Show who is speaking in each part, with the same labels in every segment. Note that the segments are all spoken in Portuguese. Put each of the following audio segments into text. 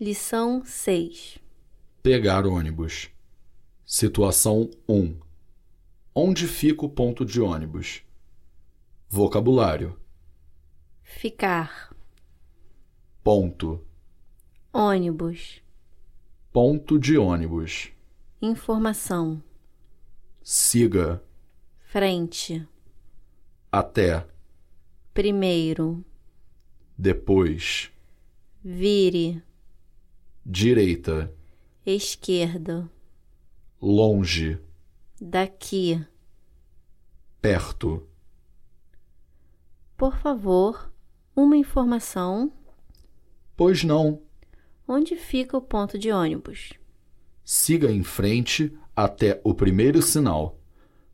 Speaker 1: Lição 6.
Speaker 2: Pegar ônibus. Situação 1. Onde fica o ponto de ônibus? Vocabulário.
Speaker 1: Ficar.
Speaker 2: Ponto.
Speaker 1: Ônibus.
Speaker 2: Ponto de ônibus.
Speaker 1: Informação.
Speaker 2: Siga.
Speaker 1: Frente.
Speaker 2: Até.
Speaker 1: Primeiro.
Speaker 2: Depois.
Speaker 1: Vire.
Speaker 2: Direita.
Speaker 1: Esquerda.
Speaker 2: Longe.
Speaker 1: Daqui.
Speaker 2: Perto.
Speaker 1: Por favor, uma informação.
Speaker 2: Pois não.
Speaker 1: Onde fica o ponto de ônibus?
Speaker 2: Siga em frente até o primeiro sinal.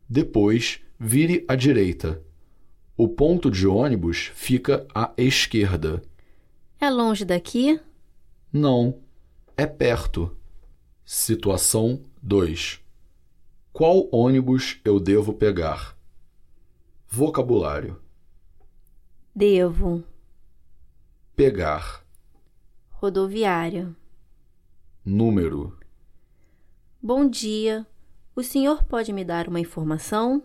Speaker 2: Depois, vire à direita. O ponto de ônibus fica à esquerda.
Speaker 1: É longe daqui?
Speaker 2: Não, é perto. Situação 2. Qual ônibus eu devo pegar? Vocabulário:
Speaker 1: Devo.
Speaker 2: pegar,
Speaker 1: Rodoviária.
Speaker 2: número,
Speaker 1: Bom dia. O senhor pode me dar uma informação?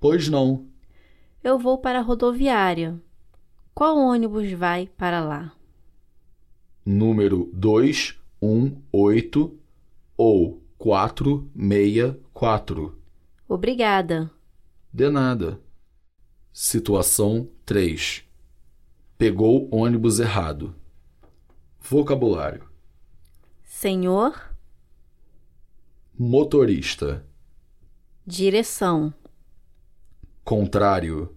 Speaker 2: pois não,
Speaker 1: Eu vou para a rodoviária. Qual ônibus vai para lá?
Speaker 2: número 218 ou 464.
Speaker 1: Obrigada.
Speaker 2: De nada. Situação 3. Pegou ônibus errado. Vocabulário:
Speaker 1: Senhor,
Speaker 2: motorista,
Speaker 1: direção.
Speaker 2: contrário,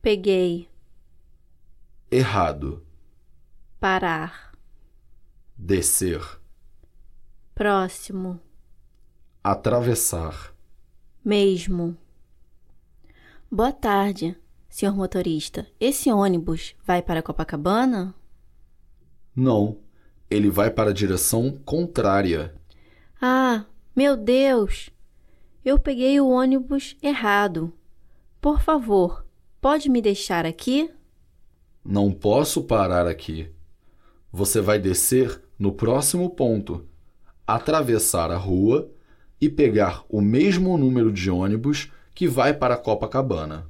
Speaker 1: Peguei.
Speaker 2: errado,
Speaker 1: Parar.
Speaker 2: descer,
Speaker 1: Próximo.
Speaker 2: atravessar.
Speaker 1: Mesmo. Boa tarde, senhor motorista. Esse ônibus vai para Copacabana?
Speaker 2: Não, ele vai para a direção contrária.
Speaker 1: Ah, meu Deus! Eu peguei o ônibus errado. Por favor, pode me deixar aqui?
Speaker 2: Não posso parar aqui. Você vai descer no próximo ponto, atravessar a rua e pegar o mesmo número de ônibus que vai para Copacabana.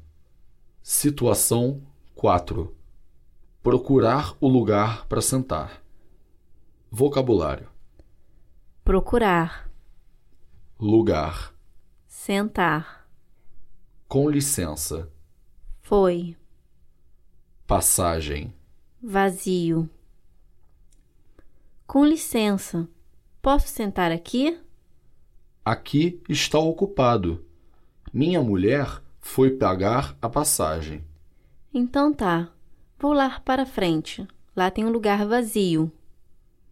Speaker 2: Situação 4. Procurar o lugar para sentar. Vocabulário:
Speaker 1: Procurar.
Speaker 2: lugar,
Speaker 1: Sentar.
Speaker 2: com licença,
Speaker 1: Foi.
Speaker 2: passagem,
Speaker 1: Vazio. Com licença, posso sentar aqui?
Speaker 2: aqui está ocupado. Minha mulher foi pagar a passagem.
Speaker 1: Então tá. Vou lá para frente. Lá tem um lugar vazio.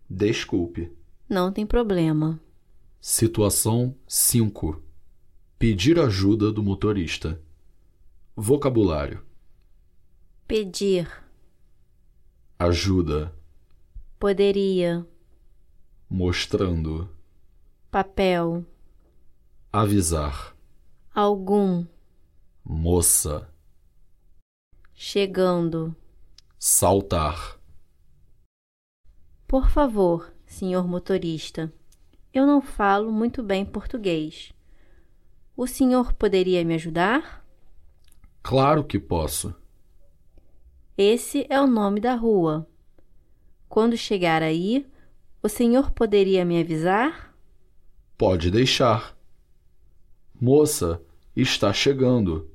Speaker 2: Desculpe.
Speaker 1: Não tem problema.
Speaker 2: Situação 5 Pedir ajuda do motorista. Vocabulário:
Speaker 1: Pedir.
Speaker 2: ajuda,
Speaker 1: Poderia.
Speaker 2: mostrando,
Speaker 1: Papel.
Speaker 2: avisar,
Speaker 1: Algum.
Speaker 2: moça,
Speaker 1: Chegando.
Speaker 2: saltar,
Speaker 1: Por favor, senhor motorista. Eu não falo muito bem português. O senhor poderia me ajudar?
Speaker 2: claro que posso,
Speaker 1: Esse é o nome da rua. Quando chegar aí, o senhor poderia me avisar?
Speaker 2: pode deixar. Moça, está chegando.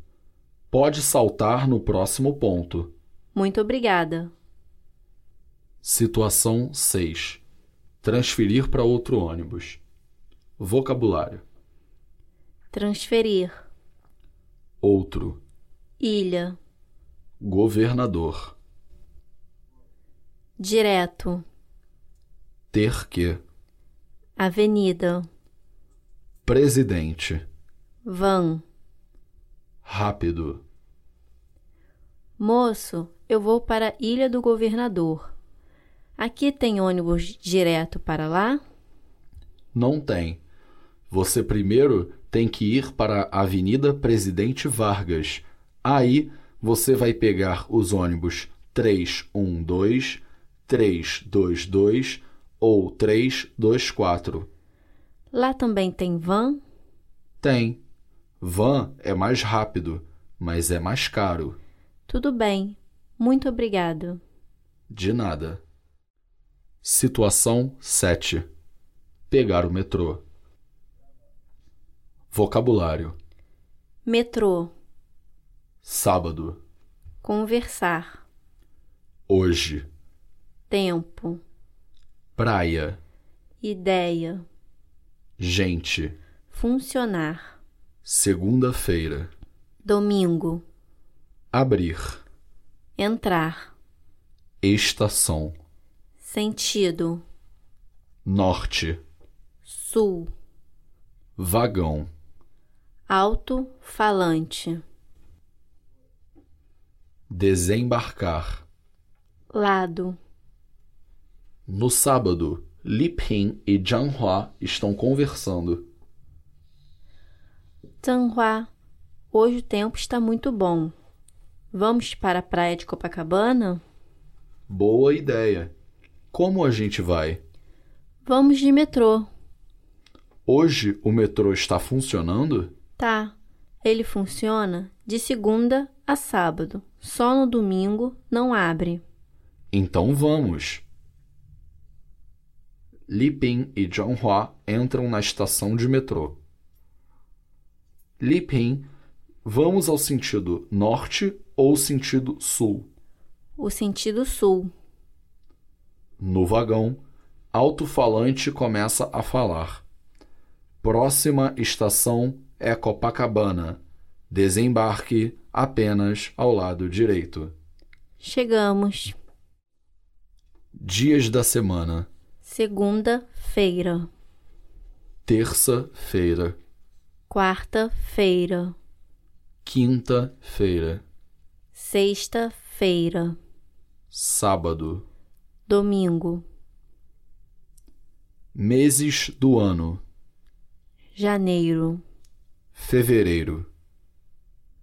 Speaker 2: Pode saltar no próximo ponto.
Speaker 1: Muito obrigada.
Speaker 2: Situação 6 Transferir para outro ônibus. Vocabulário:
Speaker 1: Transferir.
Speaker 2: outro,
Speaker 1: Ilha.
Speaker 2: governador.
Speaker 1: Direto.
Speaker 2: ter que
Speaker 1: Avenida.
Speaker 2: presidente
Speaker 1: Van.
Speaker 2: rápido
Speaker 1: Moço, eu vou para a Ilha do Governador. Aqui tem ônibus direto para lá?
Speaker 2: não tem você primeiro tem que ir para a Avenida Presidente Vargas aí você vai um pegar os ônibus 312 322 ou 324.
Speaker 1: Lá também tem van?
Speaker 2: Tem. Van é mais rápido, mas é mais caro.
Speaker 1: Tudo bem. Muito obrigado.
Speaker 2: De nada. Situação 7. Pegar o metrô. Vocabulário:
Speaker 1: Metrô.
Speaker 2: sábado,
Speaker 1: Conversar.
Speaker 2: hoje,
Speaker 1: Tempo.
Speaker 2: praia,
Speaker 1: Ideia.
Speaker 2: gente,
Speaker 1: Funcionar.
Speaker 2: segunda-feira,
Speaker 1: Domingo.
Speaker 2: abrir,
Speaker 1: Entrar.
Speaker 2: estação,
Speaker 1: Sentido.
Speaker 2: norte,
Speaker 1: Sul.
Speaker 2: vagão,
Speaker 1: Alto. Falante.
Speaker 2: desembarcar.
Speaker 1: Lado.
Speaker 2: No sábado, Li Ping e Jiang Hua estão conversando.
Speaker 1: Tanhua. Hoje o tempo está muito bom. Vamos para a praia de Copacabana?
Speaker 2: Boa ideia. Como a gente vai?
Speaker 1: Vamos de metrô.
Speaker 2: Hoje o metrô está funcionando?
Speaker 1: Tá. Ele funciona de segunda a sábado. Só no domingo não abre.
Speaker 2: Então vamos. Li Ping e Jiang Hua entram na estação de metrô. Li Ping, vamos ao sentido norte ou sentido sul?
Speaker 1: O sentido sul.
Speaker 2: No vagão, alto-falante começa a falar. Próxima estação é Copacabana. Desembarque apenas ao lado direito.
Speaker 1: Chegamos.
Speaker 2: Dias da semana:
Speaker 1: Segunda-feira.
Speaker 2: terça-feira,
Speaker 1: Quarta-feira.
Speaker 2: quinta-feira,
Speaker 1: Sexta-feira.
Speaker 2: sábado.
Speaker 1: Domingo.
Speaker 2: Meses do ano:
Speaker 1: Janeiro.
Speaker 2: fevereiro,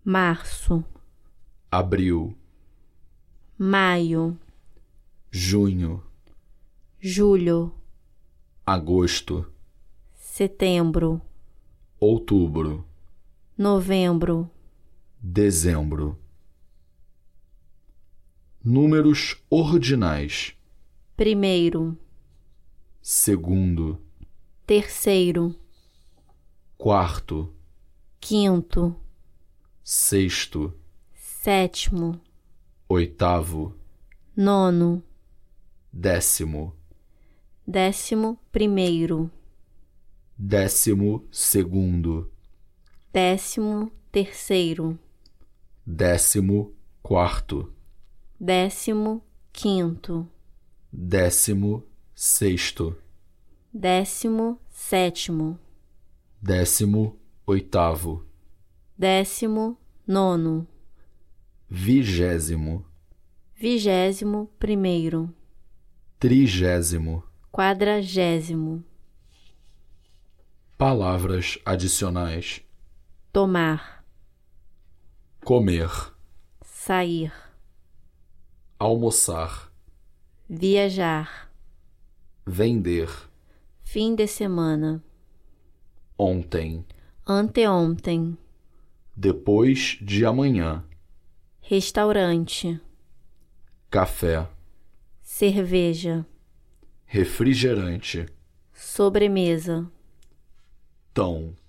Speaker 1: Março.
Speaker 2: abril,
Speaker 1: Maio.
Speaker 2: junho,
Speaker 1: Julho.
Speaker 2: agosto,
Speaker 1: Setembro.
Speaker 2: outubro,
Speaker 1: Novembro.
Speaker 2: dezembro. Números ordinais:
Speaker 1: Primeiro.
Speaker 2: segundo,
Speaker 1: Terceiro.
Speaker 2: quarto,
Speaker 1: Quinto.
Speaker 2: sexto,
Speaker 1: Sétimo.
Speaker 2: oitavo,
Speaker 1: Nono.
Speaker 2: décimo,
Speaker 1: Décimo primeiro,
Speaker 2: décimo segundo,
Speaker 1: décimo terceiro,
Speaker 2: décimo quarto,
Speaker 1: décimo quinto,
Speaker 2: décimo sexto,
Speaker 1: décimo sétimo,
Speaker 2: décimo oitavo,
Speaker 1: décimo nono,
Speaker 2: vigésimo,
Speaker 1: vigésimo primeiro,
Speaker 2: trigésimo.
Speaker 1: quadragésimo,
Speaker 2: Palavras adicionais:
Speaker 1: tomar,
Speaker 2: comer,
Speaker 1: sair,
Speaker 2: almoçar,
Speaker 1: viajar,
Speaker 2: vender,
Speaker 1: fim de semana,
Speaker 2: ontem,
Speaker 1: anteontem,
Speaker 2: depois de amanhã,
Speaker 1: restaurante,
Speaker 2: café,
Speaker 1: cerveja,
Speaker 2: refrigerante,
Speaker 1: sobremesa,
Speaker 2: tão.